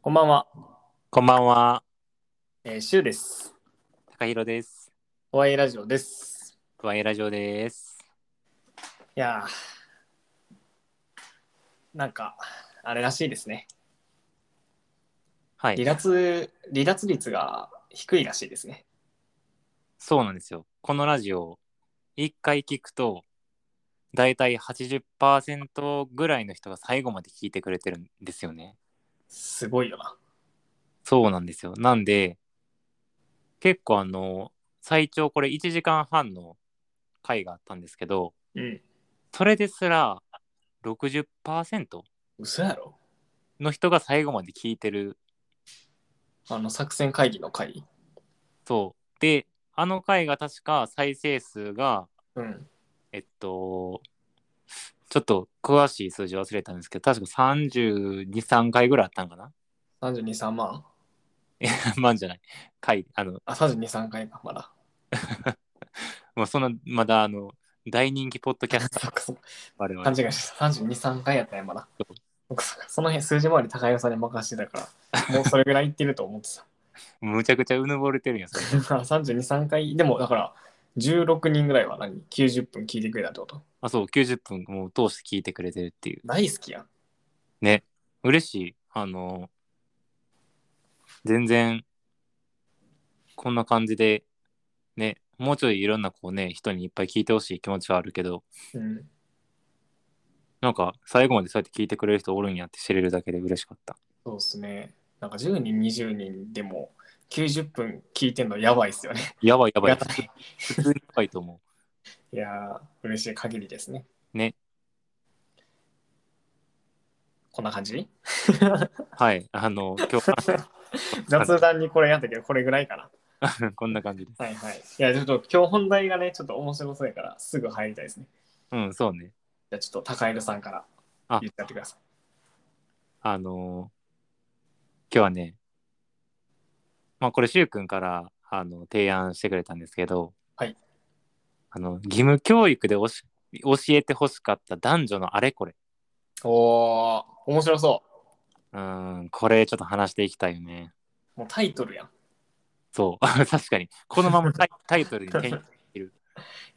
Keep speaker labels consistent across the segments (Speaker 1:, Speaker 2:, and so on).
Speaker 1: こんばんは、
Speaker 2: こんばんは、
Speaker 1: えー、シュウです。
Speaker 2: 高弘です。
Speaker 1: ホワイラジオです。
Speaker 2: トワイラジオです。
Speaker 1: いやー、なんか、あれらしいですね。
Speaker 2: は
Speaker 1: 離
Speaker 2: い、
Speaker 1: 脱、離脱率が低いらしいですね。
Speaker 2: そうなんですよ。このラジオ、一回聞くと、だいたい80%ぐらいの人が最後まで聞いてくれてるんですよね。
Speaker 1: すごいよな。
Speaker 2: そうなんですよ。なんで、結構あの、最長これ1時間半の回があったんですけど、
Speaker 1: うん。
Speaker 2: それですら60%
Speaker 1: 嘘やろ
Speaker 2: の人が最後まで聞いてる。
Speaker 1: あの、作戦会議の会。
Speaker 2: そう。で、あの回が確か再生数が
Speaker 1: うん。
Speaker 2: えっと、ちょっと詳しい数字忘れたんですけど、確か32、3回ぐらいあったんかな
Speaker 1: 32、3万
Speaker 2: 万じゃない。回、あの、
Speaker 1: あ、32、3回か、まだ。
Speaker 2: もうその、まだあの、大人気ポッドキャスター、
Speaker 1: そっかそっか。
Speaker 2: 我々
Speaker 1: 勘。違いしてた。32、3回やったんや、まだ。そっかそっかその辺、数字回り高いさんに任してたから、もうそれぐらいいってると思ってた。
Speaker 2: むちゃくちゃうぬぼれてるやん、それ。
Speaker 1: 32、3回、でもだから、16人ぐらいは何 ?90 分聞いてくれたってこと
Speaker 2: あ、そう、90分もう通して聞いてくれてるっていう。
Speaker 1: 大好きやん。
Speaker 2: ね。嬉しい。あの、全然、こんな感じで、ね、もうちょいいろんなこうね、人にいっぱい聞いてほしい気持ちはあるけど、
Speaker 1: うん。
Speaker 2: なんか最後までそうやって聞いてくれる人おるんやって知れるだけで嬉しかった。
Speaker 1: そうですね。なんか10人、20人でも90分聞いてんのやばいっすよね。
Speaker 2: やばいやばい。
Speaker 1: やば
Speaker 2: 普
Speaker 1: い。
Speaker 2: 通にやばいと思
Speaker 1: いやー、嬉しい限りですね。
Speaker 2: う。ね。
Speaker 1: こんな感じ
Speaker 2: はい。あの、今日、
Speaker 1: 雑談にこれやったけど、これぐらいかな。
Speaker 2: こんな感じです。
Speaker 1: はいはい。いや、ちょっと今日本題がね、ちょっと面白そうやから、すぐ入りたいですね。
Speaker 2: うん、そうね。
Speaker 1: じゃあちょっと高井さんから
Speaker 2: あ
Speaker 1: 言ってやってください。
Speaker 2: あの今日はね、まあこれ、しゅうくんから、あの、提案してくれたんですけど、
Speaker 1: はい。
Speaker 2: あの、義務教育でおし教えてほしかった男女のあれこれ。
Speaker 1: おー、面白そう
Speaker 2: ーん、これちょっと話していきたいよね。
Speaker 1: う。もうタイトルやん。
Speaker 2: そう、 確かに。このままタイ タイトルに転移
Speaker 1: い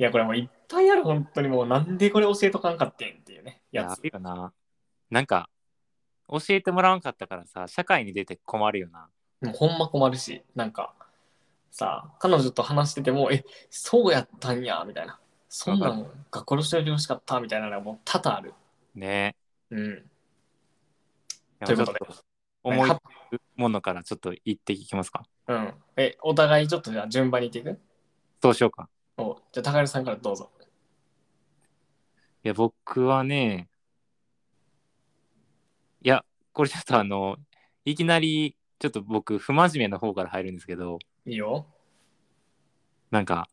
Speaker 1: や、これもういっぱいある、本当にもう、なんでこれ教えとかんかってんっていうね、
Speaker 2: いや
Speaker 1: やつ
Speaker 2: ある。よな。なんか、教えてもらわんかったからさ、社会に出て困るよな。
Speaker 1: もうほんま困るし、なんか、さあ、彼女と話してても、え、そうやったんや、みたいな。そんなん、学校の人より欲しかった、みたいなのがもう多々ある。
Speaker 2: ね
Speaker 1: うん。
Speaker 2: え。
Speaker 1: ということ
Speaker 2: ち
Speaker 1: で
Speaker 2: ょっと思い
Speaker 1: は
Speaker 2: ものからちょっと言っていきますか。
Speaker 1: うん。え、お互いちょっとじゃあ順番にいっていく
Speaker 2: どうしようか。
Speaker 1: おじゃあ、高橋さんからどうぞ。
Speaker 2: いや、僕はね、いや、これちょっとあの、いきなり、ちょっと僕、不真面目な方から入るんですけど、
Speaker 1: いいよ。
Speaker 2: なんか、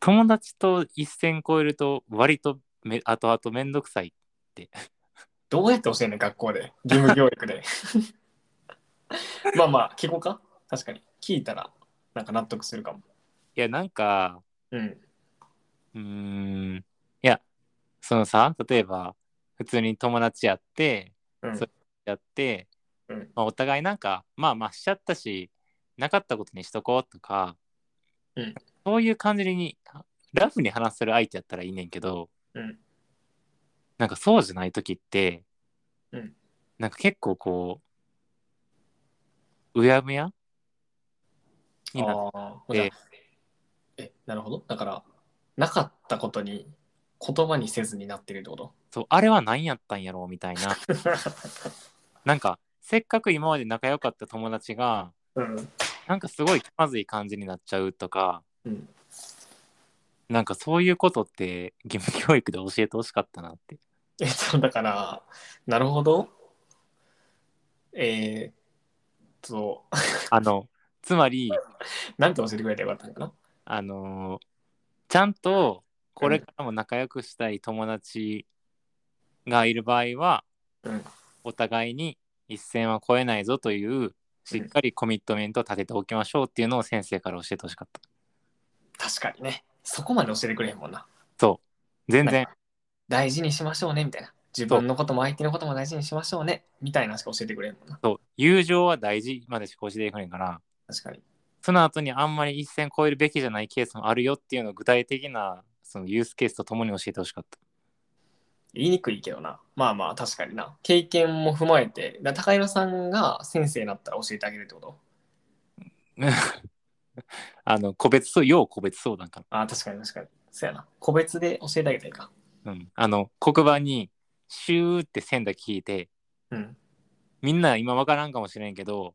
Speaker 2: 友達と一線越えると、割とめ、後々めんどくさい。
Speaker 1: どうやって教えんの、学校で。義務教 育で。まあまあ、聞こうか確かに。聞いたら、なんか納得するかも。
Speaker 2: いや、なんか、
Speaker 1: うん。
Speaker 2: うーん。いや、そのさ、例えば、普通に友達やって、
Speaker 1: うん
Speaker 2: そ。やって、
Speaker 1: うん
Speaker 2: まあ、お互いなんか、まあまあしちゃったし、なかったことにしとこうとか、
Speaker 1: うん
Speaker 2: そういう感じに、ラフに話せる相手やったらいいねんけど、
Speaker 1: うん。
Speaker 2: なんかそうじゃない時って、
Speaker 1: うん
Speaker 2: なんか結構こう、うやむやになっ
Speaker 1: ああ、
Speaker 2: て
Speaker 1: じゃあえ、なるほど。だから、なかったことに言葉にせずになってるってこと
Speaker 2: そう、あれは何やったんやろうみたいな、なんか、せっかく今まで仲良かった友達が、
Speaker 1: うん。
Speaker 2: なんかすごい気まずい感じになっちゃうとか、
Speaker 1: うん。
Speaker 2: なんかそういうことって義務教育で教えてほしかったなって。
Speaker 1: えっと、だから、なるほど。えー、っと、
Speaker 2: あの、つまり、
Speaker 1: なんて教えてくれたらよかったのかな
Speaker 2: あのーちゃんとこれからも仲良くしたい友達がいる場合は、
Speaker 1: うん
Speaker 2: お互いに一線は越えないぞという、しっかりコミットメントを立てておきましょうっていうのを先生から教えてほしかった。
Speaker 1: 確かにね。そこまで教えてくれへんもんな。
Speaker 2: そう。全然、
Speaker 1: 大事にしましょうね、みたいな。自分のことも相手のことも大事にしましょうねみたいなしか教えてくれんもんな
Speaker 2: そう、友情は大事までしか教えてくれんから、
Speaker 1: 確かに
Speaker 2: その後にあんまり一線超えるべきじゃないケースもあるよっていうのを具体的なそのユースケースとともに教えてほしかった。
Speaker 1: 言いにくいけどなまあまあ確かにな経験も踏まえてだから高弘さんが先生になったら教えてあげるってこと
Speaker 2: あの、個別そう、要個別相談か
Speaker 1: ああ確かに確かにそうやな個別で教えてあげたいか
Speaker 2: な。うん。あの、黒板に、シューって線だけ聞いて、
Speaker 1: うん
Speaker 2: みんな今わからんかもしれんけど、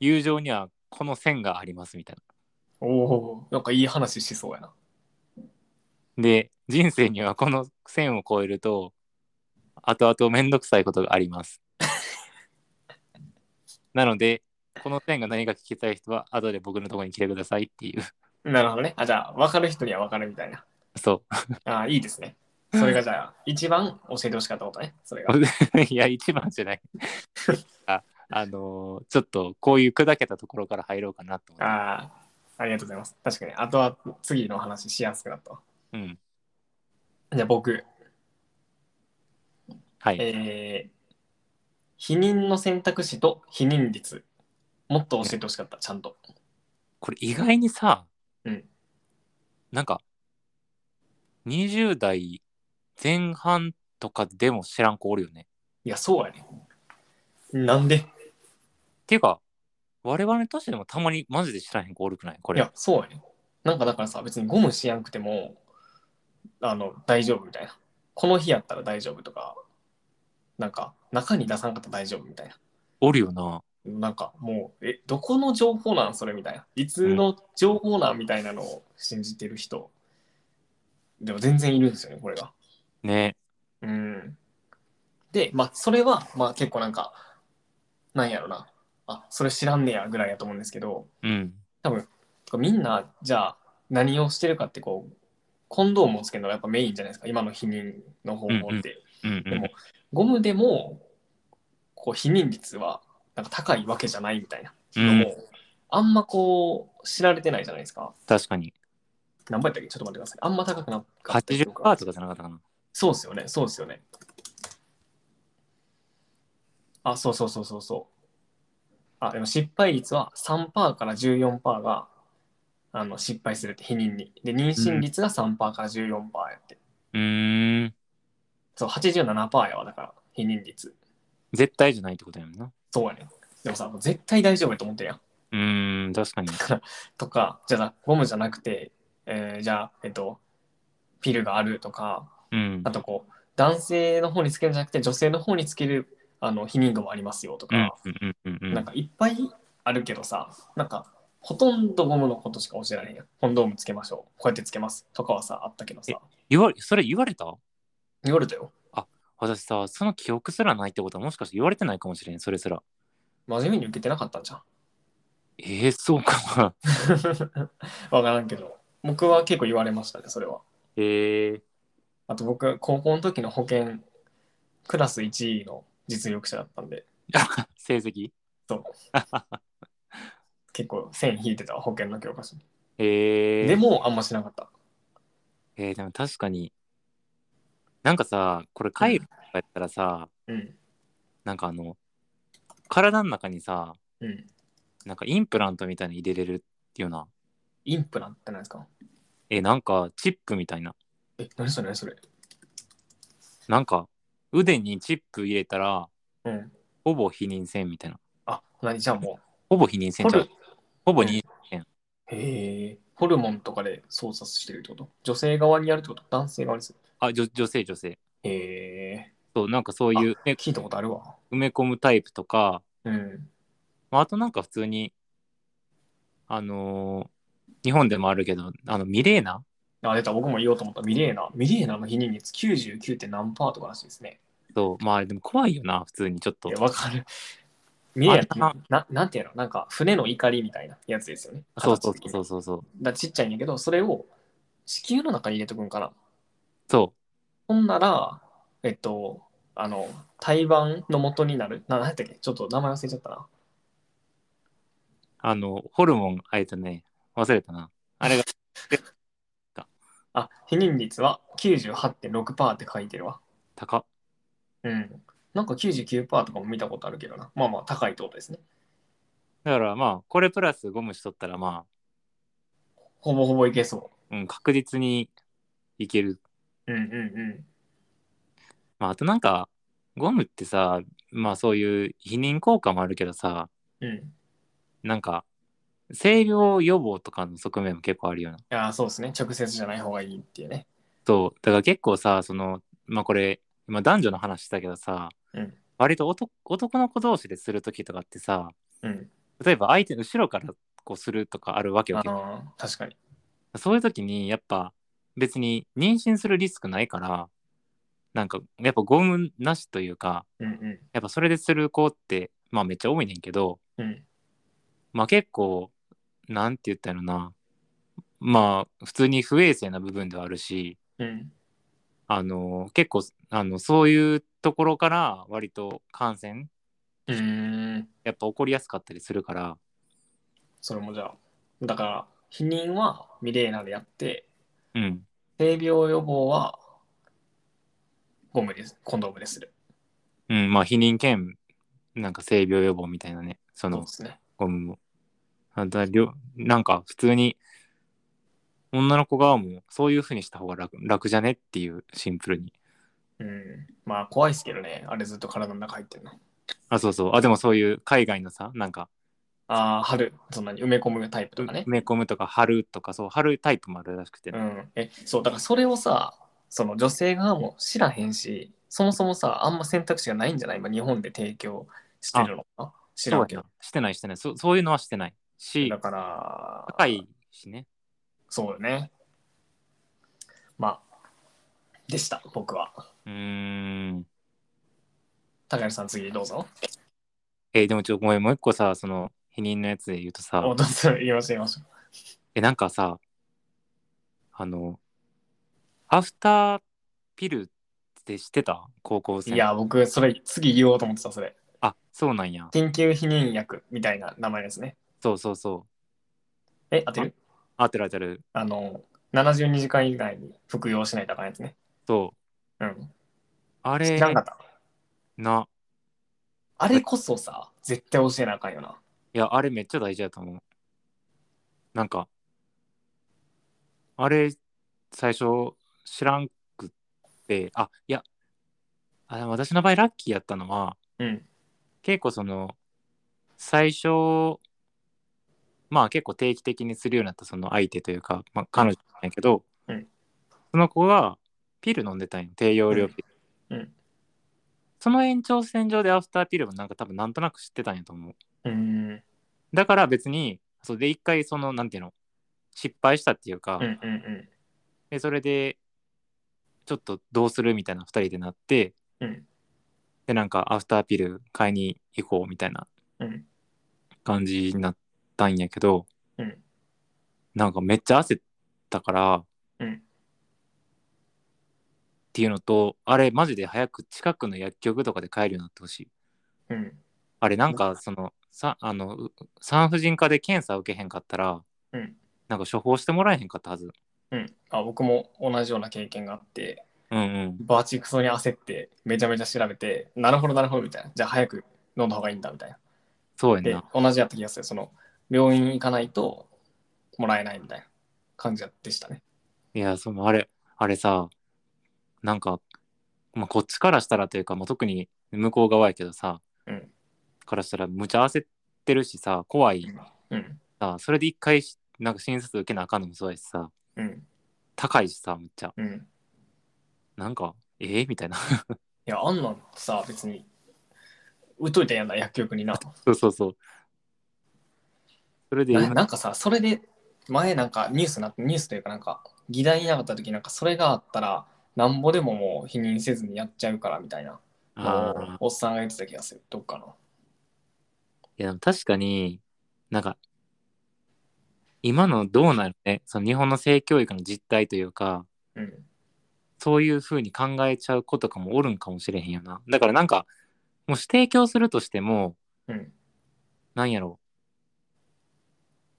Speaker 2: 友情にはこの線がありますみたい
Speaker 1: おおなんかいい話しそうやな
Speaker 2: な。で、人生にはこの線を超えると、後々めんどくさいことがあ ります。なので、この線が何か聞きたい人は、後で僕のところに来てくださいっていう。
Speaker 1: なるほどねあじゃあ分かる人には分かるみたいな
Speaker 2: そう。
Speaker 1: ああいいですねそれがじゃあ一番教えてほしかったことねそれが
Speaker 2: いや、一番 じゃない。ああのーちょっとこういう砕けたところから入ろうかなと思って。
Speaker 1: ああ、ありがとうございます。確かに。あとは次の話しやすくなったわ。
Speaker 2: うん。
Speaker 1: じゃあ僕、
Speaker 2: はい。
Speaker 1: えー、否認の選択肢と否認率。もっと教えてほしかった、ちゃんと。
Speaker 2: これ意外にさ、
Speaker 1: うん
Speaker 2: なんか、20代前半とかでも知らん子おるよね。
Speaker 1: いや、そうやね。なんで
Speaker 2: っていうか、我々の年でもたまにマジで知らへん子おるくないこ
Speaker 1: い
Speaker 2: れ。
Speaker 1: や、そうやね。なんかだからさ、別にゴムしやんくても、あの、大丈夫みたいな。この日やったら大丈夫とか、なんか、中に出さんかったら大丈夫みたいな。
Speaker 2: おるよな。
Speaker 1: なんかもう、え、どこの情報なんそれみたいな。いつの情報なんみたいなのを信じてる人。でも全然いるんですよね、これが。
Speaker 2: ね。
Speaker 1: うん。で、まあ、それは、まあ結構なんか、なんやろな。あ、それ知らんねやぐらいやと思うんですけど、
Speaker 2: うん。
Speaker 1: 多分、みんな、じゃあ何をしてるかってこう、コンドームをつけるのがやっぱメインじゃないですか、今の否認の方法って。
Speaker 2: うんう
Speaker 1: でも
Speaker 2: ん。
Speaker 1: ゴムでもこう否認率はなんか高いわけじゃないみたいな
Speaker 2: うん
Speaker 1: のも、あんまこう知られてないじゃないですか。
Speaker 2: 確かに。
Speaker 1: 何倍だっけちょっと待ってください。あんま高くなかったり
Speaker 2: 80%
Speaker 1: と
Speaker 2: と
Speaker 1: か
Speaker 2: かじゃなかったかな。
Speaker 1: そうですよね、そうですよね。あ、そうそうそうそうそう。あ、でも失敗率は3%から14%があの失敗するって否認に。で、妊娠率が3%から14%やって。
Speaker 2: うーん。
Speaker 1: そう、87%やわ、だから否認率。
Speaker 2: 絶対じゃないってことやもんな。
Speaker 1: そうやねん。でもさ、もう絶対大丈夫やと思ってるやん。
Speaker 2: うーん、確かに。
Speaker 1: とか、じゃあゴムじゃなくて、えーじゃあ、えっと、ピルがあるとか、
Speaker 2: うん
Speaker 1: あ。とこう、男性の方につけるんじゃなくて、女性の方につけるあの避妊具もありますよと
Speaker 2: うん
Speaker 1: か、
Speaker 2: うんうんうんうん
Speaker 1: なんかいっぱいあるけどさ、なんか、ほとんどゴムのことしか教えられへんやん。コンドームつけましょう。こうやってつけます。とかはさ、あったけどさ、
Speaker 2: 言われそれ言われた
Speaker 1: 言われたよ。
Speaker 2: 私さその記憶すらないってことはもしかして言われてないかもしれんそれすら
Speaker 1: 真面目に受けてなかったんじゃん。
Speaker 2: えー、そうかな
Speaker 1: わからんけど、僕は結構言われましたね、それは。
Speaker 2: えー、
Speaker 1: あと僕、高校の時の保険、クラス1位の実力者だったんで、
Speaker 2: 成績
Speaker 1: 結構線引いてたわ保険の教科書に。
Speaker 2: えー、
Speaker 1: でも、あんましなかった。
Speaker 2: えーでも確かになんかさこれ海外とかやったらさ、
Speaker 1: うん。
Speaker 2: なんかあの体の中にさ
Speaker 1: うん。
Speaker 2: なんかインプラントみたいに入れれるっていうような
Speaker 1: インプランってなんですか
Speaker 2: えーなんかチップみたいな
Speaker 1: え、何それ何それ。
Speaker 2: なんか腕にチップ入れたら
Speaker 1: うん。
Speaker 2: ほぼ否認せんみたいな
Speaker 1: あ、何じゃあも
Speaker 2: ほぼ否認せ
Speaker 1: う。
Speaker 2: ん
Speaker 1: ホ
Speaker 2: ちゃう
Speaker 1: ル
Speaker 2: ほぼ認
Speaker 1: へえ。ホルモンとかで操作してるってこと女性側にやるってこと男性側にする。
Speaker 2: あ女女性女性
Speaker 1: へ
Speaker 2: そうなんかそういうね
Speaker 1: え。聞いたことあるわ。
Speaker 2: 埋め込むタイプとか
Speaker 1: うん。
Speaker 2: まあ、あとなんか普通に、あのー日本でもあるけど、あの、ミレーナ
Speaker 1: あ、出た。僕も言おうと思った。ミレーナ。ミレーナの否認率 99. 点何パーとからしいですね。
Speaker 2: そう、まああれでも怖いよな、普通にちょっと
Speaker 1: いや、。わかる。ミレーナ
Speaker 2: あ
Speaker 1: ってな、なんていうのなんか船の怒りみたいなやつですよね。
Speaker 2: そうそう
Speaker 1: 形的に
Speaker 2: そうそうそう。
Speaker 1: だちっちゃいんやけど、それを子宮の中に入れとくんかな。
Speaker 2: そ
Speaker 1: ほんなら、えっと、あの、胎盤の元になる。な、なんやったっけちょっと名前忘れちゃったな。
Speaker 2: う。あの、ホルモン、あえとね、忘れたな。あれが、
Speaker 1: あ、避妊率は98.6%って書いてるわ。
Speaker 2: 高っ。
Speaker 1: うん。なんか99%とかも見たことあるけどな。まあまあ高いってことですね。
Speaker 2: だからまあ、これプラスゴムしとったらま
Speaker 1: ほぼほぼいけそ
Speaker 2: あ、うん、確実にいける。
Speaker 1: う。うんうん
Speaker 2: まあ、あとなんか、ゴムってさ、まあそういう避妊効果もあるけどさ、
Speaker 1: うん。うん。い
Speaker 2: なんか、性病予防とかの側面も結構あるよな。
Speaker 1: やー、そうですね。直接じゃない方がいいっていうね。
Speaker 2: そう、だから結構さ、その、まあこれ、今男女の話したけどさ、
Speaker 1: うん
Speaker 2: 割と男男の子同士でするときとかってさ、
Speaker 1: うん。
Speaker 2: 例えば相手の後ろからこうするとかあるわけよ
Speaker 1: あ。のー確かに。
Speaker 2: そういう時にやっぱ別に妊娠するリスクないからなんかやっぱゴムなしというか
Speaker 1: うんうん。
Speaker 2: やっぱそれでする子ってまあめっちゃ多いねんけど
Speaker 1: うん。
Speaker 2: まあ結構なんて言ったらいいのかなまあ普通に不衛生な部分ではあるし
Speaker 1: うん。
Speaker 2: あの結構あのそういうところから割と感染
Speaker 1: うーん。
Speaker 2: やっぱ起こりやすかったりするから
Speaker 1: それもじゃあ。だから、避妊はミレーナでやって、
Speaker 2: うん
Speaker 1: 性病予防はゴムです。コンドームでする。
Speaker 2: うんまあ避妊兼なんか性病予防みたいなねそ
Speaker 1: そう
Speaker 2: の
Speaker 1: ですね。
Speaker 2: ゴムも。あだりょなんか普通に女の子側もそういう風にした方が楽楽じゃねっていうシンプルに。
Speaker 1: うん。まあ怖いですけどね。あれずっと体の中入ってるの。
Speaker 2: あそうそうあでもそういう海外のさなんか
Speaker 1: ああ、春、そんなに埋め込むタイプとかね
Speaker 2: 埋。め込むとか貼るとかそう貼るタイプもあるらしくて、
Speaker 1: うん。え、そう、だからそれをさ、その女性側も知らへんし、そもそもさ、あんま選択肢がないんじゃない今日本で提供してるのか知ら
Speaker 2: そうん
Speaker 1: け
Speaker 2: や
Speaker 1: ど
Speaker 2: な。してないしてないそそういうのはしてないし
Speaker 1: だから、
Speaker 2: 高いしね
Speaker 1: そうよね。まあ、でした、僕は。
Speaker 2: うーん
Speaker 1: 高橋さん、次どうぞ。
Speaker 2: えーでもちょごめんもう一個さその避妊のやつで言うとさ
Speaker 1: お、どうぞ、言いましょう、言いましょう。
Speaker 2: えなんかさあのアフターピルって知ってた高校生
Speaker 1: いや、僕、それ、次言おうと思ってた、それ。
Speaker 2: あそうなんや
Speaker 1: 緊急避妊薬みたいな名前ですね。
Speaker 2: そうそうそう
Speaker 1: え、当てる
Speaker 2: あてるあてる
Speaker 1: あの、72時間以内に服用しないとあかんやつね。
Speaker 2: そう
Speaker 1: うん。
Speaker 2: あれ
Speaker 1: 知らんかった。
Speaker 2: な
Speaker 1: あれこそさ、絶対教えなあかんよな。
Speaker 2: いやあれめっちゃ大事だと思うなんかあれ最初知らんくってあいやあでも私の場合ラッキーやったのは
Speaker 1: うん。
Speaker 2: 結構その最初まあ結構定期的にするようになったその相手というか、まあ、彼女なんやけど、
Speaker 1: うん
Speaker 2: その子がピル飲んでたんよ低用量ピル、
Speaker 1: うんうん
Speaker 2: その延長線上でアフターピルもなんか多分なんとなく知ってたんやと思う
Speaker 1: うーん。
Speaker 2: だから別にそうで一回そのなんていうの失敗したっていうか、
Speaker 1: うんうん
Speaker 2: でそれでちょっとどうするみたいな2人でなって
Speaker 1: うん。うん
Speaker 2: でなんかアフターピル買いに行こうみたいな
Speaker 1: うん。
Speaker 2: 感じになったんやけど、
Speaker 1: うん
Speaker 2: なんかめっちゃ焦ったからっ
Speaker 1: うん。
Speaker 2: ていうのとあれマジで早く近くの薬局とかで買えるようになってほしい
Speaker 1: うん。
Speaker 2: あれなんかそのさあのう産婦人科で検査受けへんかったら、
Speaker 1: うん
Speaker 2: なんか処方してもらえへんかったはず
Speaker 1: うん。あ、僕も同じような経験があって、
Speaker 2: うんうん
Speaker 1: バチクソに焦って、めちゃめちゃ調べて、なるほどなるほどみたいな。じゃあ早く飲んだ方がいいんだみたいな。
Speaker 2: そうやん
Speaker 1: で
Speaker 2: な、
Speaker 1: 同じやった気がする。その、病院行かないともらえないみたいな感じでしたね。
Speaker 2: いやそのあれあれさなんか、まあ、こっちからしたらというか、まあ、特に向こう側やけどさ、
Speaker 1: うん
Speaker 2: からしたらむちゃ焦ってるしさ怖い
Speaker 1: うん。
Speaker 2: さそれで一回しなんか診察受けなあかんのもそうやしさ
Speaker 1: うん。
Speaker 2: 高いしさむっちゃ
Speaker 1: うん。
Speaker 2: なんかええみたいな
Speaker 1: いや、あんなんさ、別に、売っといたんやんな、薬局にな。
Speaker 2: そうそうそうそれで
Speaker 1: な
Speaker 2: 今
Speaker 1: なんかさそれで前なんかニュースなニュースというかなんか議題になかった時なんかそれがあったらなんぼでももう否認せずにやっちゃうからみたいな
Speaker 2: あ
Speaker 1: のを
Speaker 2: ー
Speaker 1: おっさんが言ってた気がするどっかの
Speaker 2: いやでも確かになんか今のどうなるねその日本の性教育の実態というか
Speaker 1: うん
Speaker 2: そういうふうに考えちゃう子とかもおるんかもしれへんよなだからなんかもし提供するとしても
Speaker 1: うん
Speaker 2: なんやろ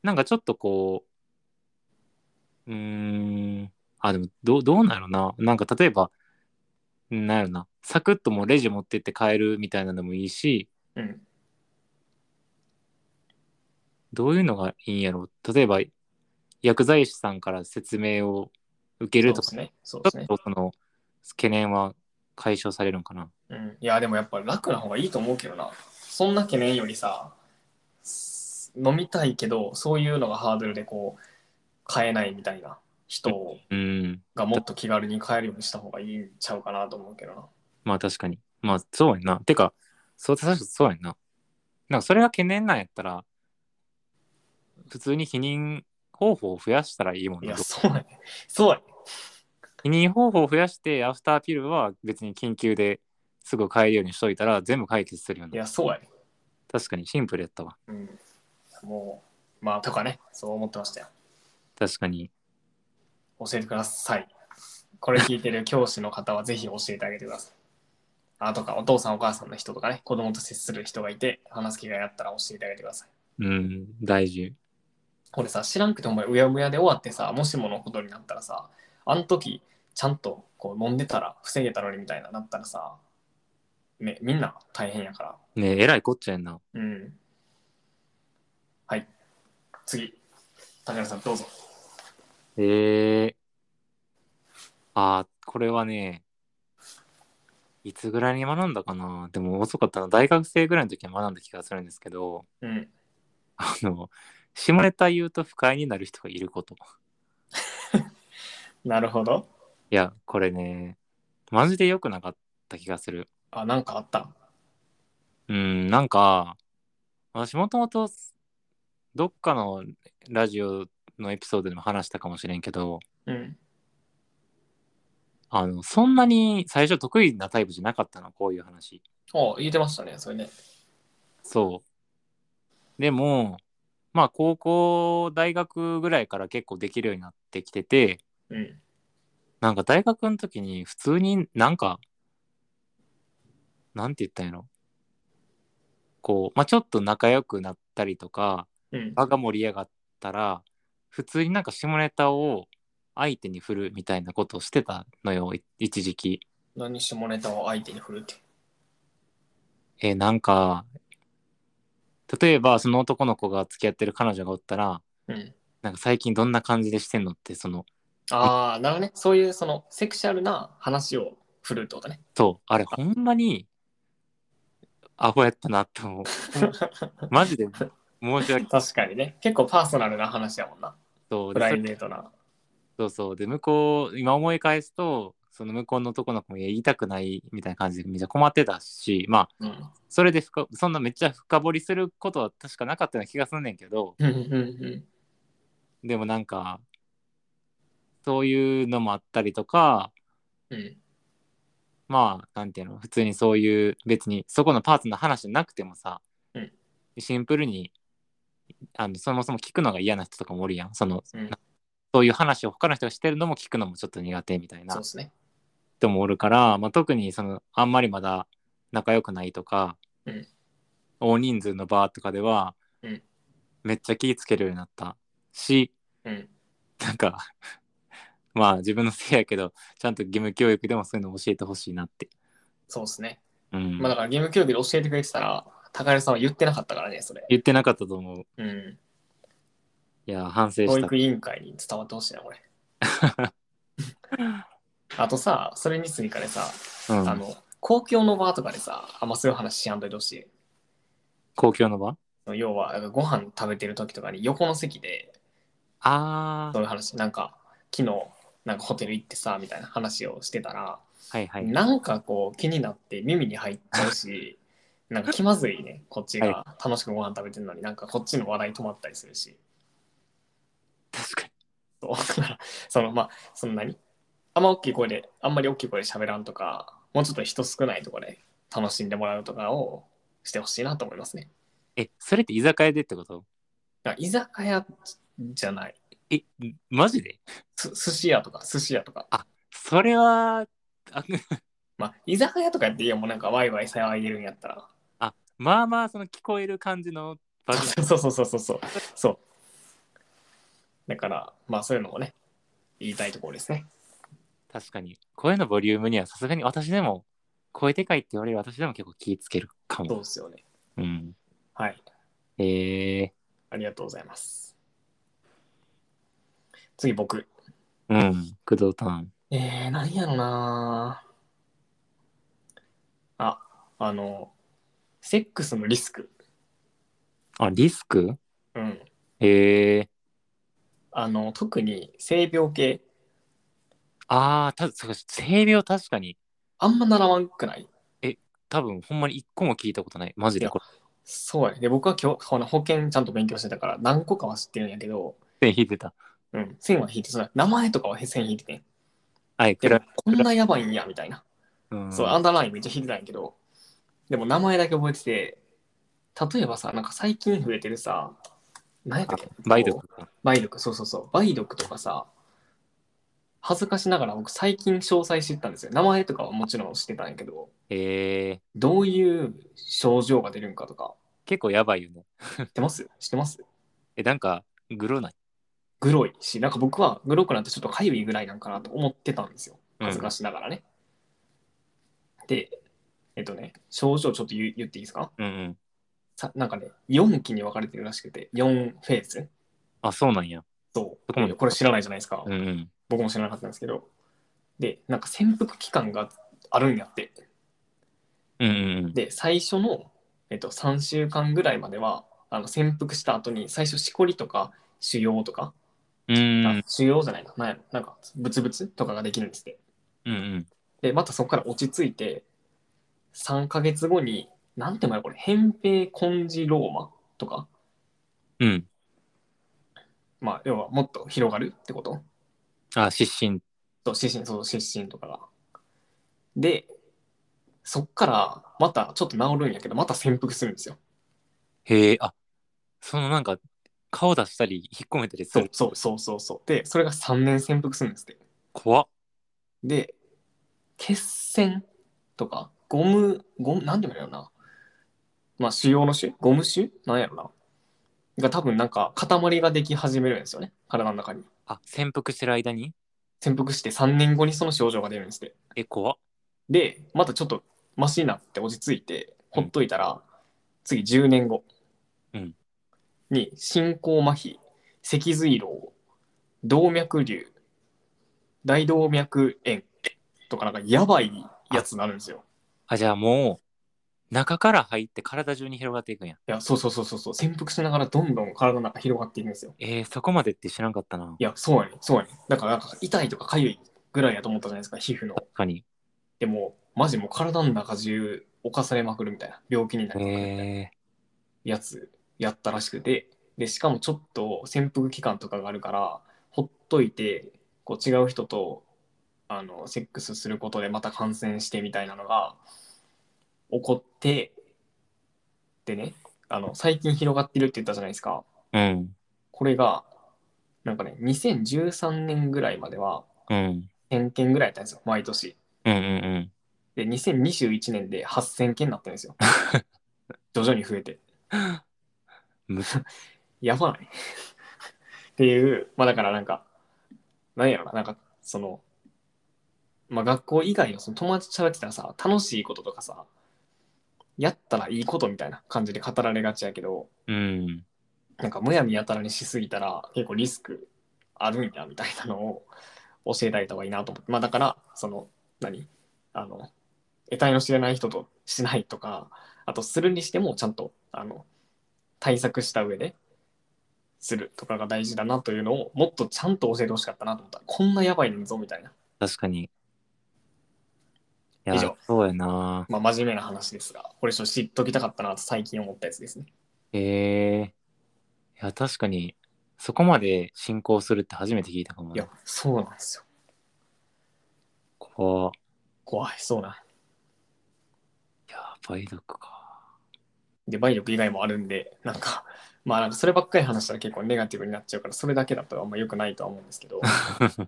Speaker 2: うなんかちょっとこううーんあでもどうどうなるななんか例えばなんやろな。サクッともうレジ持ってって買えるみたいなのもいいし、
Speaker 1: うん。
Speaker 2: どういうのがいいんやろ例えば、薬剤師さんから説明を受けるとか、
Speaker 1: そうですね。そうです
Speaker 2: ちょっ
Speaker 1: ね。
Speaker 2: とその懸念は解消されるのかな。
Speaker 1: うん。いや、でもやっぱ楽な方がいいと思うけどな。そんな懸念よりさ、す飲みたいけど、そういうのがハードルでこう、買えないみたいな人
Speaker 2: うん。
Speaker 1: がもっと気軽に買えるようにした方がいいんちゃうかなと思うけどな。
Speaker 2: まあ確かに。まあそうやんな。てか、そう、確かにそうやんな。なんかそれが懸念なんやったら、普通に避妊方法を増やしたらいいもん
Speaker 1: い
Speaker 2: な。
Speaker 1: や、そうやね。そうやね。
Speaker 2: 避妊方法を増やして、アフターピルは別に緊急ですぐ買えるようにしといたら全部解決するよ
Speaker 1: い
Speaker 2: ね。
Speaker 1: や、そうやね。
Speaker 2: 確かにシンプルやったわ。
Speaker 1: うん。もう、まあ、とかね、そう思ってましたよ。
Speaker 2: 確かに。
Speaker 1: 教えてください。これ聞いてる教師の方はぜひ教えてあげてください。あとか、お父さんお母さんの人とかね、子供と接する人がいて、話す機会あったら教えてあげてください。
Speaker 2: うん、大事。
Speaker 1: これさ、知らんくてお前、うやむやで終わってさ、もしものことになったらさ、あの時、ちゃんとこう飲んでたら防げたのにみたいななったらさ、ね、みんな大変やから。
Speaker 2: ねえ、えらいこっちゃやんな。
Speaker 1: うん。はい。次。高橋さん、どうぞ。
Speaker 2: ええあーこれはね、いつぐらいに学んだかな。でも遅かったな。大学生ぐらいの時に学んだ気がするんですけど、
Speaker 1: うん。
Speaker 2: あの、下ネタ言うと不快になる人がいること。
Speaker 1: なるほど。
Speaker 2: いや、これね、マジで良くなかった気がする。
Speaker 1: あ、なんかあった。
Speaker 2: うん、なんか、私もともと、どっかのラジオのエピソードでも話したかもしれんけど、
Speaker 1: うん。
Speaker 2: あの、そんなに最初得意なタイプじゃなかったの、こういう話。
Speaker 1: お言ってましたね、それね。
Speaker 2: そう。でも、まあ高校、大学ぐらいから結構できるようになってきてて、
Speaker 1: うん。
Speaker 2: なんか大学の時に普通になんか、なんて言ったんやろ。こう、まあちょっと仲良くなったりとか、
Speaker 1: うん。
Speaker 2: 場が盛り上がったら、普通になんか下ネタを相手に振るみたいなことをしてたのよ、い一時期。
Speaker 1: 何下ネタを相手に振るって。
Speaker 2: えーなんか、例えばその男の子が付き合ってる彼女がおったら、
Speaker 1: うん。
Speaker 2: なんか最近どんな感じでしてんのって、その、
Speaker 1: ああ、なるほどね。そういうそのセクシャルな話を振るってことね。
Speaker 2: そう、あれほんまに、アホやったなって思う。マジで申し訳
Speaker 1: 確かにね。結構パーソナルな話やもんな。
Speaker 2: そう
Speaker 1: プ
Speaker 2: で
Speaker 1: ライ
Speaker 2: それ
Speaker 1: ベートな。
Speaker 2: そうそう。で、向こう、今思い返すと、その向こうの男の子もいや言いたくないみたいな感じでみんな困ってたし、まあ、
Speaker 1: うん。
Speaker 2: それでふかそんなめっちゃ深掘りすることは確かなかったような気がすんねんけど、
Speaker 1: うんうんうん
Speaker 2: でもなんか、そういうのもあったりとか、
Speaker 1: うん。
Speaker 2: まあ、なんていうの、普通にそういう、別にそこのパーツの話じゃなくてもさ、
Speaker 1: うん
Speaker 2: シンプルにあの、そもそも聞くのが嫌な人とかもおるやん。その、
Speaker 1: うん
Speaker 2: なそういう話を他の人がしてるのも聞くのもちょっと苦手みたい
Speaker 1: そう
Speaker 2: な
Speaker 1: ですね。
Speaker 2: 人もおるから、まあ、特にその、あんまりまだ仲良くないとか、
Speaker 1: うん
Speaker 2: 大人数のバーとかでは、
Speaker 1: うん
Speaker 2: めっちゃ気ぃつけるようになったし、
Speaker 1: うん。
Speaker 2: なんか、まあ自分のせいやけど、ちゃんと義務教育でもそういうの教えてほしいなって。
Speaker 1: そうですね。
Speaker 2: うん
Speaker 1: まあだから義務教育で教えてくれてたら、高橋さんは言ってなかったからね、それ。
Speaker 2: 言ってなかったと思う。
Speaker 1: うん。
Speaker 2: いや、反省
Speaker 1: 教
Speaker 2: した
Speaker 1: 育。委員会に伝わってほしいな、こ れ。あとさ、それについてねさ、
Speaker 2: うん、
Speaker 1: あの、公共の場とかでさ、あんまそういう話しやんといてほしい。
Speaker 2: 公共の場
Speaker 1: 要は、なんかご飯食べてる時とかに横の席で、
Speaker 2: ああ
Speaker 1: そういう話、なんか、昨日、なんかホテル行ってさ、みたいな話をしてたら、
Speaker 2: はいはい。
Speaker 1: なんかこう気になって耳に入っちゃう し、なんか気まずいね、こっちが楽しくご飯食べてるのに、なんかこっちの話題止まったりするし。
Speaker 2: 確かに。
Speaker 1: そう だからそのまあそんなにあんま大きい声であんまり大きい声で喋らんとかもうちょっと人少ないところで楽しんでもらうとかをしてほしいなと思いますね
Speaker 2: え、それって居酒屋でってこと
Speaker 1: だから居酒屋じゃない
Speaker 2: え、マジです
Speaker 1: 寿司屋とか寿司屋とか
Speaker 2: それは、あ
Speaker 1: まあ居酒屋とかやっていいよもうなんかワイワイ騒いでるんやったら
Speaker 2: まあまあ、その聞こえる感じの場 所。
Speaker 1: そうそうそうそうそうそうだからまあそういうのもね言いたいところですね
Speaker 2: 確かに。声のボリュームにはさすがに私でも、声でかいって言われる私でも結構気つけるか
Speaker 1: そう
Speaker 2: も。
Speaker 1: ですよね。
Speaker 2: うん。
Speaker 1: はい。
Speaker 2: ええ
Speaker 1: ありがとうございます。次、僕。
Speaker 2: うん。工藤タン。
Speaker 1: えー、何やろなあ、あの、セックスのリスク。
Speaker 2: あ、リスク
Speaker 1: うん。
Speaker 2: ええ
Speaker 1: あの、特に性病系、
Speaker 2: ああ、たそうか性病確かに。
Speaker 1: あんまならわんくない
Speaker 2: 多分ほんまに一個も聞いたことない。マジでこ
Speaker 1: そうやね。で、僕は今日、ほら保険ちゃんと勉強してたから、何個かは知ってるんやけど、
Speaker 2: れ。線引いてた。
Speaker 1: うん、線は引いて、それ名前とかは線引いてね。
Speaker 2: はい、
Speaker 1: で
Speaker 2: く
Speaker 1: も
Speaker 2: ら、
Speaker 1: こんなやばいんや、みたいな。
Speaker 2: うん、
Speaker 1: そう、アンダーラインめっちゃ引いてたんやけど、でも名前だけ覚えてて、例えばさ、なんか最近増えてるさ、何やったっけ
Speaker 2: 梅毒か。
Speaker 1: 梅毒、そうそうそう、梅毒とかさ、恥ずかしながら僕最近詳細知ったんですよ。名前とかはもちろん知ってたんやけど、
Speaker 2: ええ
Speaker 1: どういう症状が出るんかとか、
Speaker 2: 結構やばいよね。
Speaker 1: 知ってます知ってます
Speaker 2: え、なんか、グロない。
Speaker 1: グロいし、なんか僕はグロくなってちょっとかゆいぐらいなんかなと思ってたんですよ。
Speaker 2: うん
Speaker 1: 恥ずかしながらね。で、えっとね、症状ちょっと言う言っていいですか
Speaker 2: うんうん。
Speaker 1: さなんかね、4期に分かれてるらしくて、4フェーズ。
Speaker 2: あ、そうなんや。
Speaker 1: そう。
Speaker 2: そこまで
Speaker 1: これ知らないじゃないですか。
Speaker 2: うんうん。
Speaker 1: 僕も知らなかったんですけど。で、なんか潜伏期間があるんやって。
Speaker 2: うんうんうん。
Speaker 1: で、最初の、えっと、3週間ぐらいまでは、あの潜伏した後に、最初しこりとか腫瘍とか、
Speaker 2: うんう
Speaker 1: あ
Speaker 2: ん
Speaker 1: 腫瘍じゃないな、なんやろなんかブツブツとかができるんですって。
Speaker 2: うん。
Speaker 1: で、またそこから落ち着いて、3ヶ月後に、なんていうのかなこれ、扁平根治ローマとか、
Speaker 2: うん。
Speaker 1: まあ、要はもっと広がるってこと
Speaker 2: あ、失神。
Speaker 1: そう、失神、そう、失神とかが。で、そっから、またちょっと治るんやけど、また潜伏するんですよ。
Speaker 2: へえ、あ、そのなんか、顔出したり、引っ込めたりす
Speaker 1: そう
Speaker 2: る。
Speaker 1: そうそうそうそう。で、それが3年潜伏するんですって。
Speaker 2: 怖っ。
Speaker 1: で、血栓とか、ゴム、ゴム、なんて言うんだろうな。まあ、腫瘍の腫ゴム腫なんやろな。が多分なんか塊ができ始めるんですよね。体の中に。
Speaker 2: あ、潜伏してる間に
Speaker 1: 潜伏して3年後にその症状が出るんですって。
Speaker 2: え、怖っ。
Speaker 1: で、またちょっとマシになって落ち着いて、ほっといたら、次10年後
Speaker 2: うん
Speaker 1: に進行麻痺、脊髄漏、動脈瘤、大動脈炎とかなんかやばいやつになるんですよ。
Speaker 2: あ、じゃあもう、中から入って体中に広がっていくんや。
Speaker 1: いや、そうそうそうそうそう、潜伏しながらどんどん体の中広がっていくんですよ。
Speaker 2: えー、そこまでって知らんかったな。
Speaker 1: いや、そうやねん、そうやねん。だからなんか痛いとか痒いぐらいやと思ったじゃないですか、皮膚の。
Speaker 2: 確かに。
Speaker 1: でも、マジもう体の中中侵されまくるみたいな、病気にな
Speaker 2: へ
Speaker 1: りまくるみたいな。
Speaker 2: え
Speaker 1: やつやったらしくてでしかもちょっと潜伏期間とかがあるからほっといてこう違う人とあのセックスすることでまた感染してみたいなのが起こってでねあの最近広がってるって言ったじゃないですか
Speaker 2: うん。
Speaker 1: これがなんかね2013年ぐらいまでは
Speaker 2: うん。
Speaker 1: 1000件ぐらいやったんですよ毎年
Speaker 2: うんうんうん。
Speaker 1: で2021年で8000件になったんですよ徐々に増えて
Speaker 2: む
Speaker 1: やばないっていう、まあだからなんか、なんやろな、なんかその、まあ学校以外のその友達と喋ってたらさ、楽しいこととかさ、やったらいいことみたいな感じで語られがちやけど、
Speaker 2: うん。
Speaker 1: なんかむやみやたらにしすぎたら結構リスクあるんやみたいなのを教えてあげた方がいいなと思って、まあだから、その、何あの、得体の知れない人としないとか、あとするにしてもちゃんと、あの、対策した上で、するとかが大事だなというのをもっとちゃんと教えてほしかったなと思ったこんなやばいんぞみたいな
Speaker 2: 確かに。いや
Speaker 1: 以上、
Speaker 2: そうやな。
Speaker 1: まあ真面目な話ですがこれちょっと知っときたかったなと最近思ったやつですね
Speaker 2: ええいや、確かに、そこまで進行するって初めて聞いたかも
Speaker 1: いや
Speaker 2: な。
Speaker 1: そうなんですよ
Speaker 2: 怖っ
Speaker 1: 怖いそうなん
Speaker 2: いや、梅毒か。
Speaker 1: で梅毒以外もあるんでなんか まあなんかそればっかり話したら結構ネガティブになっちゃうからそれだけだとあんま良くないとは思うんです けどそう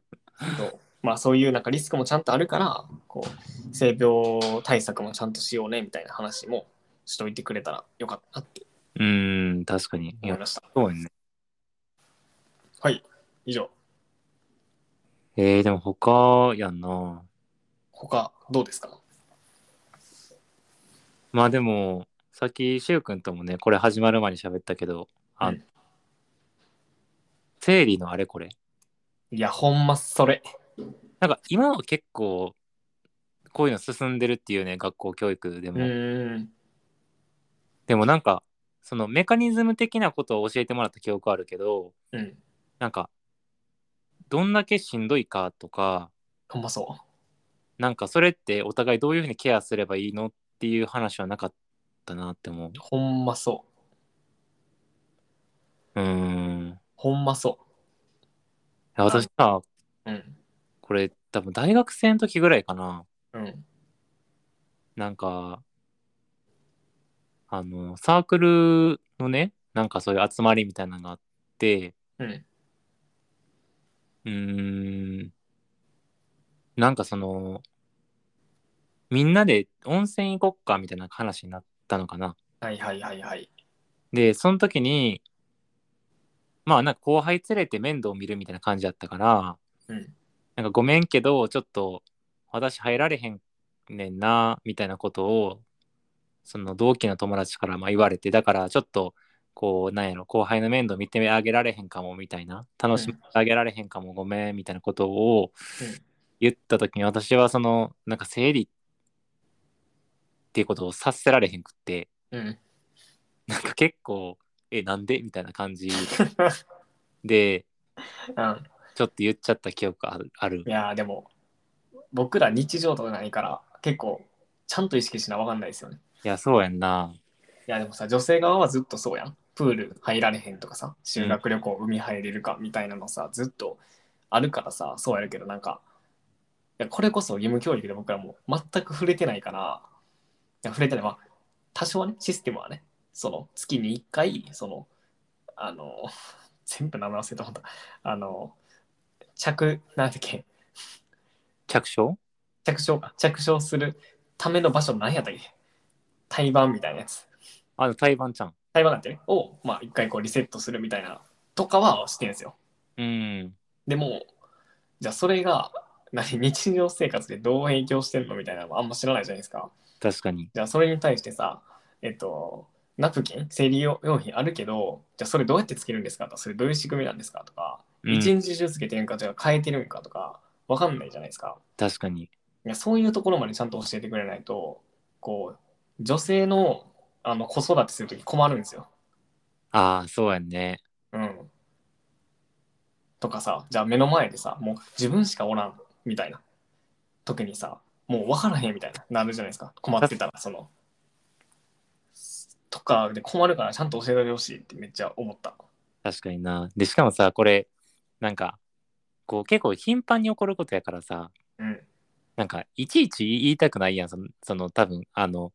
Speaker 1: まあそういうなんかリスクもちゃんとあるからこう性病対策もちゃんとしようねみたいな話もしといてくれたらよかったなって
Speaker 2: うーん、確かに。い
Speaker 1: 思い
Speaker 2: や、
Speaker 1: ました
Speaker 2: そうやね。
Speaker 1: はい以上
Speaker 2: えー、でも他やんな。
Speaker 1: 他、どうですか
Speaker 2: まあでも、さっき、しゅうくんともね、これ始まる前に喋ったけど、あ、
Speaker 1: うん
Speaker 2: 生理のあれこれ。
Speaker 1: いや、ほんまそれ。
Speaker 2: なんか今は結構、こういうの進んでるっていうね、学校教育で
Speaker 1: う
Speaker 2: も。
Speaker 1: ーん。
Speaker 2: でもなんか、そのメカニズム的なことを教えてもらった記憶あるけど、
Speaker 1: うん。
Speaker 2: なんか、どんだけしんどいかとか、
Speaker 1: ほんまそ
Speaker 2: なんかそれってお互いどういうふうにケアすればいいのっていう話はなかったなって思う。
Speaker 1: う。ほんまそう。
Speaker 2: うーん。い
Speaker 1: ほんまそ
Speaker 2: や私さ、
Speaker 1: う。うん。
Speaker 2: これ多分大学生の時ぐらいかな。
Speaker 1: うん。
Speaker 2: なんか、あの、サークルのね、なんかそういう集まりみたいなのがあって、
Speaker 1: うん。
Speaker 2: うーん、なんかその、みんなで温泉行こっかみたいな話になったのかな。
Speaker 1: はいはいはいはい。
Speaker 2: で、その時に、まあなんか後輩連れて面倒見るみたいな感じだったから、
Speaker 1: うん。
Speaker 2: なんかごめんけど、ちょっと私入られへんねんな、みたいなことを、その同期の友達からまあ言われて、だからちょっと、こう、なんやろ、後輩の面倒見てあげられへんかも、みたいな、楽しみあげられへんかも、ごめん、みたいなことを
Speaker 1: うん
Speaker 2: 言った時に、私はその、なんか生理っていうことをさせられへんくって、
Speaker 1: うん。
Speaker 2: なんか結構、え、なんでみたいな感 じで、
Speaker 1: うん。
Speaker 2: ちょっと言っちゃった記憶ある。ある
Speaker 1: いやーでも僕ら日常とかないから結構ちゃんと意識しなわかんないですよね。
Speaker 2: いや、そうやんな。
Speaker 1: いやでもさ女性側はずっとそうやん。プール入られへんとかさ修学旅行海入れるかみたいなのさずっとあるからさそうやるけどなんかいやこれこそ義務教育で僕らもう全く触れてないからいや触れてないまあ多少はねシステムはねその月に1回そのあの全部名前忘れてもったあの着なんだっけ
Speaker 2: 着床
Speaker 1: 着床か着床するための場所何やったっけ胎盤みたいなやつ
Speaker 2: あの、台湾ちゃん。
Speaker 1: 胎盤なんてねをまあ一回こうリセットするみたいなとかはしてるんですよ
Speaker 2: うん。
Speaker 1: でもじゃあそれが何日常生活でどう影響してんのみたいなのはあんま知らないじゃないですか
Speaker 2: 確かに。
Speaker 1: じゃあそれに対してさえっとナプキン生理用用品あるけどじゃあそれどうやってつけるんですかとかそれどういう仕組みなんですかとか
Speaker 2: うん
Speaker 1: 一、日中つけてるんかじゃあ変えてるんかとかわかんないじゃないですか
Speaker 2: 確かに。
Speaker 1: いやそういうところまでちゃんと教えてくれないとこう女性のあの子育てするとき困るんですよ。
Speaker 2: ああ、そうやんね。
Speaker 1: うん、とかさじゃあ目の前でさもう自分しかおらんみたいな時にさもう分からへんみたいななるじゃないですか困ってたらその。とかで困るからちゃんと教えてあげてほしいってめっちゃ思った。
Speaker 2: 確かにな。で、しかもさ、これ、なんか、こう、結構頻繁に起こることやからさ、
Speaker 1: うん
Speaker 2: なんか、いちいち言いたくないやん。その、その多分、あの、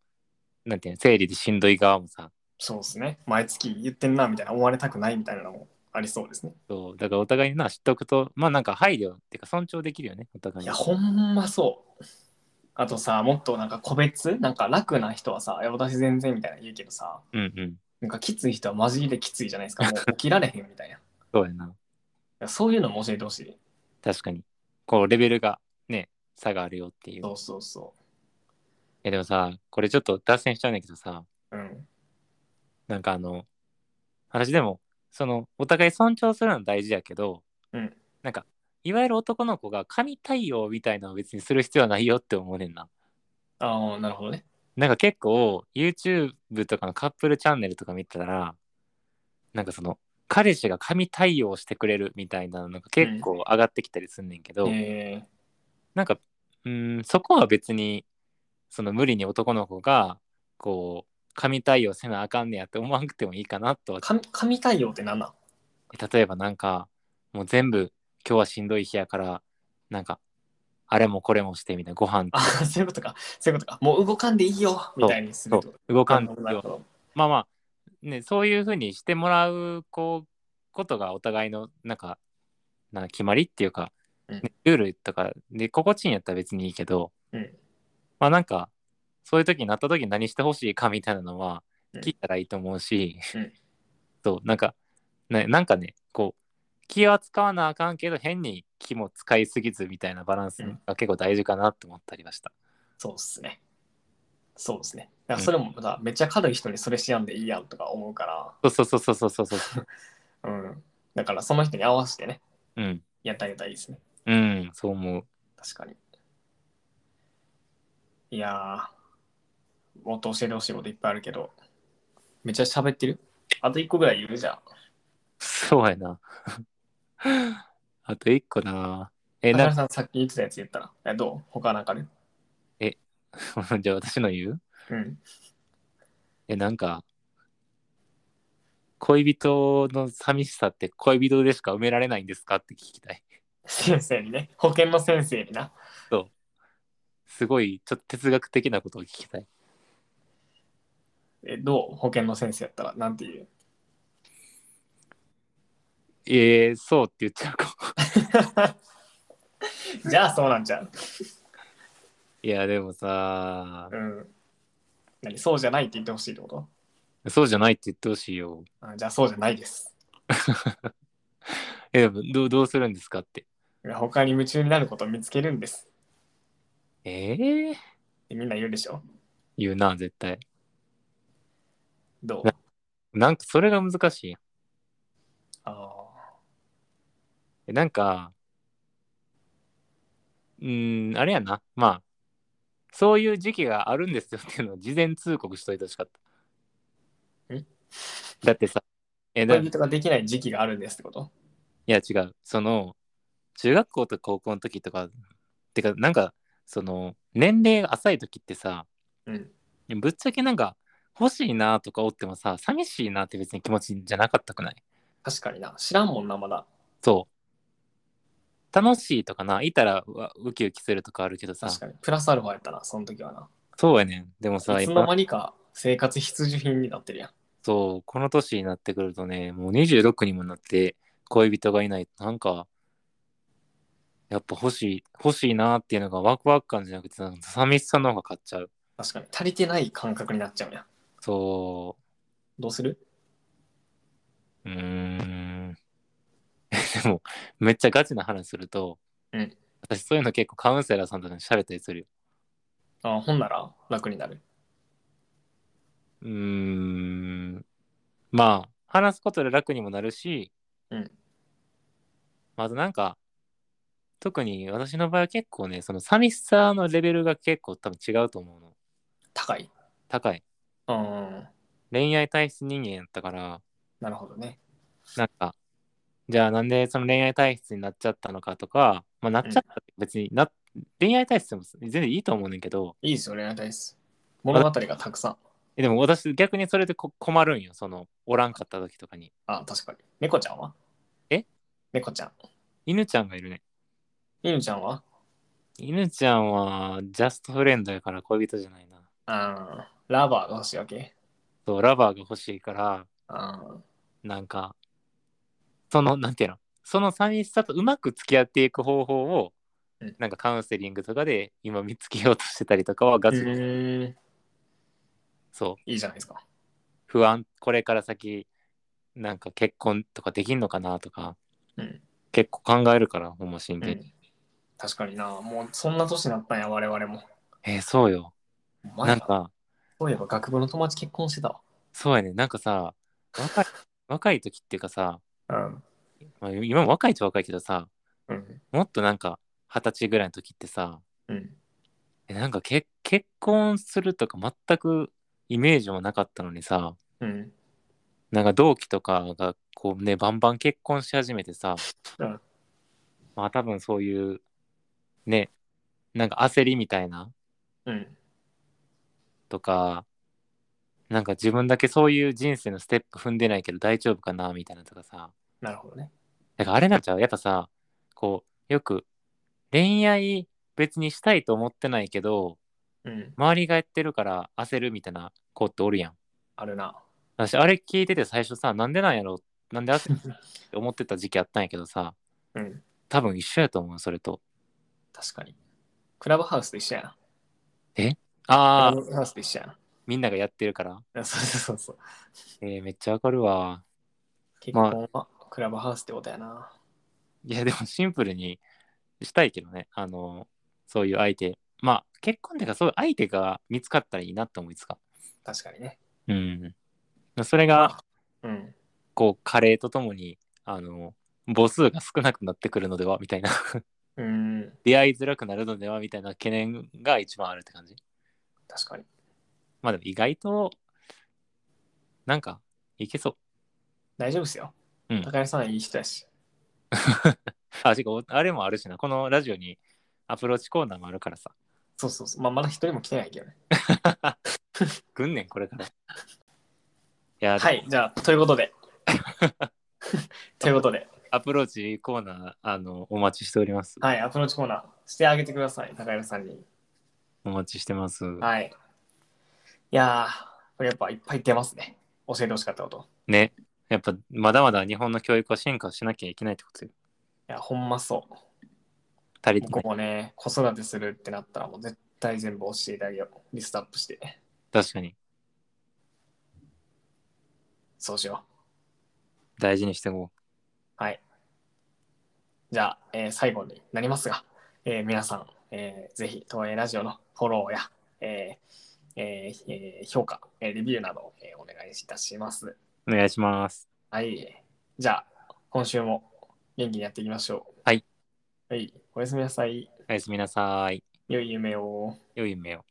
Speaker 2: なんていうの、生理でしんどい側もさ。
Speaker 1: そうですね毎月言ってんなみたいな思われたくないみたいなのもありそうですね。
Speaker 2: そう。だから、お互いにな、知っとくと、まあ、なんか、配慮っていうか、尊重できるよね、お互
Speaker 1: い
Speaker 2: いに。
Speaker 1: やほんまそうあとさもっとなんか個別なんか楽な人はさ「いや私全然」みたいな言うけどさ
Speaker 2: うんうん。
Speaker 1: なんかきつい人はマジできついじゃない ですかもう起きられへんみたいない
Speaker 2: そうやな。
Speaker 1: やそういうのも教えてほしい
Speaker 2: 確かに。こう、レベルが、ね、差があるよっていう。い
Speaker 1: そうそうそ
Speaker 2: や、でもさ、これちょっと脱線しちゃうんだけどさ、
Speaker 1: ううん
Speaker 2: なんかあの、私でも、その、お互い尊重するの大事やけど、
Speaker 1: うん
Speaker 2: なんか、いわゆる男の子が神対応みたいなのを別にする必要はないよって思うねんな。
Speaker 1: ああなるほどね
Speaker 2: なんか結構、YouTube とかのカップルチャンネルとか見てたら、なんかその、彼氏が神対応してくれるみたいなのが結構上がってきたりすんねんけど、
Speaker 1: え
Speaker 2: なんか、うーん、そこは別に、その無理に男の子が、こう、神対応せなあかんねやって思わなくてもいいかなとは
Speaker 1: ー、神神対応って何なん
Speaker 2: 例えばなんかもう全部今日はしんどい日やからなんかあれもこれもしてみたいなご飯
Speaker 1: あーそういうことかそういうことかもう動かんでいいよみたいにするってこと
Speaker 2: 動かん
Speaker 1: なるほど
Speaker 2: まあまあねそういうふうにしてもらうこうことがお互いのなんかなんか決まりっていうか、
Speaker 1: うん
Speaker 2: ねルールとかで心地いいんやったら別にいいけど、
Speaker 1: うん
Speaker 2: まあなんかそういう時になった時に何してほしいかみたいなのは
Speaker 1: うん
Speaker 2: 聞いたらいいと思うし、
Speaker 1: うん
Speaker 2: そうなんか、ね、なんかねこう気は使わなあかんけど変に気も使いすぎずみたいなバランスが結構大事かなって思ったりました。
Speaker 1: そうっすね。そうですね。だからそれもさ、めっちゃ軽い人にそれしやんでいいやんとか思うか
Speaker 2: そうそうそうそうそうそうそう。
Speaker 1: ら、うん。だからその人に合わせてね、
Speaker 2: うん。
Speaker 1: やってあげたらいいですね。
Speaker 2: うん、そう思う。
Speaker 1: 確かに。いやー、もっと教えてほしいこといっぱいあるけど、めっちゃ喋ってるあと一個ぐらい言うじゃん。
Speaker 2: そうやな。 あと一個な。え、
Speaker 1: え、な
Speaker 2: な
Speaker 1: る、さんさっき言ってたやつ言ったら、えどう他なんかね。
Speaker 2: じゃあ私の言う
Speaker 1: うん。
Speaker 2: え、なんか、恋人の寂しさって恋人でしか埋められないんですかって聞きたい。
Speaker 1: 先生にね、保険の先生にな。
Speaker 2: すごい、ちょっと哲学的なことを聞きたい。
Speaker 1: え、どう保険の先生やったら、なんて言う
Speaker 2: えー、そうって言っちゃうか。
Speaker 1: じゃあそうなんじゃん。
Speaker 2: いや、でもさ、
Speaker 1: うん。何そうじゃないって言ってほしいってこと
Speaker 2: そうじゃないって言ってほしいよ。
Speaker 1: あじゃあそうじゃないです。
Speaker 2: え、でもどうどうするんですかって。
Speaker 1: 他に夢中になることを見つけるんです。
Speaker 2: えー、
Speaker 1: ってみんな言うでしょ
Speaker 2: 言うな、絶対。
Speaker 1: どう
Speaker 2: ななんか、それが難しいやん。
Speaker 1: あ
Speaker 2: えなんか、うーん、あれやな。まあ、そういう時期があるんですよっていうのを事前通告しといてほしかった
Speaker 1: ん。
Speaker 2: だってさ、え、
Speaker 1: あ。
Speaker 2: だ
Speaker 1: 恋人ができない時期があるんですってこと
Speaker 2: いや違う。その、中学校と高校の時とか、てか、なんか、その、年齢が浅い時ってさ、
Speaker 1: うん。
Speaker 2: ぶっちゃけなんか、欲しいなとかおってもさ、寂しいなって別に気持ちじゃなかったくない
Speaker 1: 確かにな。知らんもんな、まだ。
Speaker 2: そう。楽しいとかな、いたらうわウキウキするとかあるけどさ、
Speaker 1: 確かに。プラスアルファやったな、その時はな。
Speaker 2: そうやねん。でもさ、
Speaker 1: いつの間にか生活必需品になってるやん。
Speaker 2: そう、この年になってくるとね、もう26にもなって恋人がいないと、なんか、やっぱ欲しい、欲しいなっていうのがワクワク感じゃなくて、なんか寂しさの方が勝っちゃう。
Speaker 1: 確かに。足りてない感覚になっちゃうやん。
Speaker 2: そ
Speaker 1: どうする
Speaker 2: う、うーん。 でも、めっちゃガチな話すると、
Speaker 1: うん
Speaker 2: 私そういうの結構カウンセラーさんとかに喋ったりするよ。
Speaker 1: あほんなら楽になる。
Speaker 2: うーん。まあ、話すことで楽にもなるし、
Speaker 1: うん
Speaker 2: まああとなんか、特に私の場合は結構ね、その寂しさのレベルが結構多分違うと思うの。
Speaker 1: 高い。
Speaker 2: 高い。
Speaker 1: うん。
Speaker 2: 恋愛体質人間やったから、
Speaker 1: なるほどね。
Speaker 2: なんか、じゃあなんでその恋愛体質になっちゃったのかとか、まあなっちゃったって別にな、恋愛体質でも全然いいと思うねんけど、
Speaker 1: いいですよ、恋愛体質。物語がたくさん。
Speaker 2: えでも私逆にそれでこ困るんよ、その、おらんかった時とかに。
Speaker 1: あ、確かに。猫ちゃんは
Speaker 2: え
Speaker 1: 猫ちゃん。
Speaker 2: 犬ちゃんがいるね。
Speaker 1: 犬ちゃんは
Speaker 2: 犬ちゃんはジャストフレンドやから恋人じゃないな。
Speaker 1: あーラバーが欲しいわけ
Speaker 2: そう、ラバーが欲しいから、
Speaker 1: あー
Speaker 2: なんか、その、なんていうの、その寂しさとうまく付き合っていく方法を
Speaker 1: うん、
Speaker 2: なんかカウンセリングとかで今見つけようとしてたりとかはガ
Speaker 1: う
Speaker 2: チ、
Speaker 1: ーん。
Speaker 2: そう、
Speaker 1: いいじゃないですか。
Speaker 2: 不安、これから先、なんか結婚とかできんのかなとか、
Speaker 1: うん。
Speaker 2: 結構考えるから、ほんま真
Speaker 1: う
Speaker 2: 剣に。
Speaker 1: ん、確かにな。もうそんな年になったんや、我々も。
Speaker 2: えーそうよ。
Speaker 1: 前
Speaker 2: なんか、
Speaker 1: そういえば学部の友達結婚してたわ。
Speaker 2: そうやね、なんかさ、若い、若い時っていうかさ、
Speaker 1: うん。
Speaker 2: まあ今も若いっちゃ若いけどさ、
Speaker 1: うん。
Speaker 2: もっとなんか二十歳ぐらいの時ってさ
Speaker 1: うん。
Speaker 2: えなんかけ結婚するとか全くイメージもなかったのにさ
Speaker 1: うん。
Speaker 2: なんか同期とかがこうねバンバン結婚し始めてさ、
Speaker 1: うん
Speaker 2: まあ多分そういうねなんか焦りみたいな
Speaker 1: うん。
Speaker 2: とかなんか自分だけそういう人生のステップ踏んでないけど大丈夫かなみたいなとかさ
Speaker 1: なるほどね。
Speaker 2: なんかあれなんちゃうやっぱさこうよく恋愛別にしたいと思ってないけど
Speaker 1: うん。
Speaker 2: 周りがやってるから焦るみたいな子っておるやん。
Speaker 1: あるな。
Speaker 2: 私あれ聞いてて最初さなんでなんやろなんで焦るって思ってた時期あったんやけどさ
Speaker 1: うん。
Speaker 2: 多分一緒やと思うそれと。
Speaker 1: 確かに。クラブハウスと一緒やな。
Speaker 2: あ
Speaker 1: ク
Speaker 2: あ
Speaker 1: ラブハウスと一緒や
Speaker 2: みんながやってるから。
Speaker 1: な。 そうそうそうそう。
Speaker 2: えー、めっちゃわかるわ。
Speaker 1: 結
Speaker 2: まあ
Speaker 1: 婚はクラブハウスってことやな。
Speaker 2: いや、でもシンプルにしたいけどね。あの、そういう相手。まあ、結婚っていうか、そういう相手が見つかったらいいなって思いつか。
Speaker 1: 確かにね。
Speaker 2: うん。それが、
Speaker 1: うん。
Speaker 2: こう、加齢とともに、あの、母数が少なくなってくるのではみたいな。
Speaker 1: うん。
Speaker 2: 出会いづらくなるのではみたいな懸念が一番あるって感じ。
Speaker 1: 確かに。
Speaker 2: まあでも意外と、なんか、いけそう。
Speaker 1: 大丈夫ですよ。
Speaker 2: うん
Speaker 1: 高橋さんいい人やし。
Speaker 2: あ、てか、おあれもあるしな。このラジオにアプローチコーナーもあるからさ。
Speaker 1: そうそうそう。まあ、まだ一人も来てないけどね。
Speaker 2: ぐんねん、これから。いや、
Speaker 1: はい。じゃあ、ということ で。ということで。
Speaker 2: アプローチコーナー、あの、お待ちしております。
Speaker 1: はい。アプローチコーナーしてあげてください。高橋さんに。
Speaker 2: お待ちしてます。
Speaker 1: はい。いやー、これやっぱいっぱい出ますね。教えてほしかったこと。
Speaker 2: ね。やっぱ、まだまだ日本の教育は進化しなきゃいけないってことよ。
Speaker 1: いや、ほんまそう。
Speaker 2: 足りてない
Speaker 1: 僕もね、子育てするってなったら、もう絶対全部教えてあげよう。リストアップして。
Speaker 2: 確かに。
Speaker 1: そうしよ
Speaker 2: 大事にしていこ
Speaker 1: う。はい。じゃあ、えー最後になりますが、えー皆さん、えーぜひ、東映ラジオのフォローや、えーえーえー評価、えーレビューなどを、えーお願いいたします。
Speaker 2: う。お願いします。
Speaker 1: はい。じゃあ、今週も元気にやっていきましょう。
Speaker 2: はい。
Speaker 1: はい。おやすみなさい。
Speaker 2: おやすみなさい。
Speaker 1: 良い夢を。
Speaker 2: 良い夢を。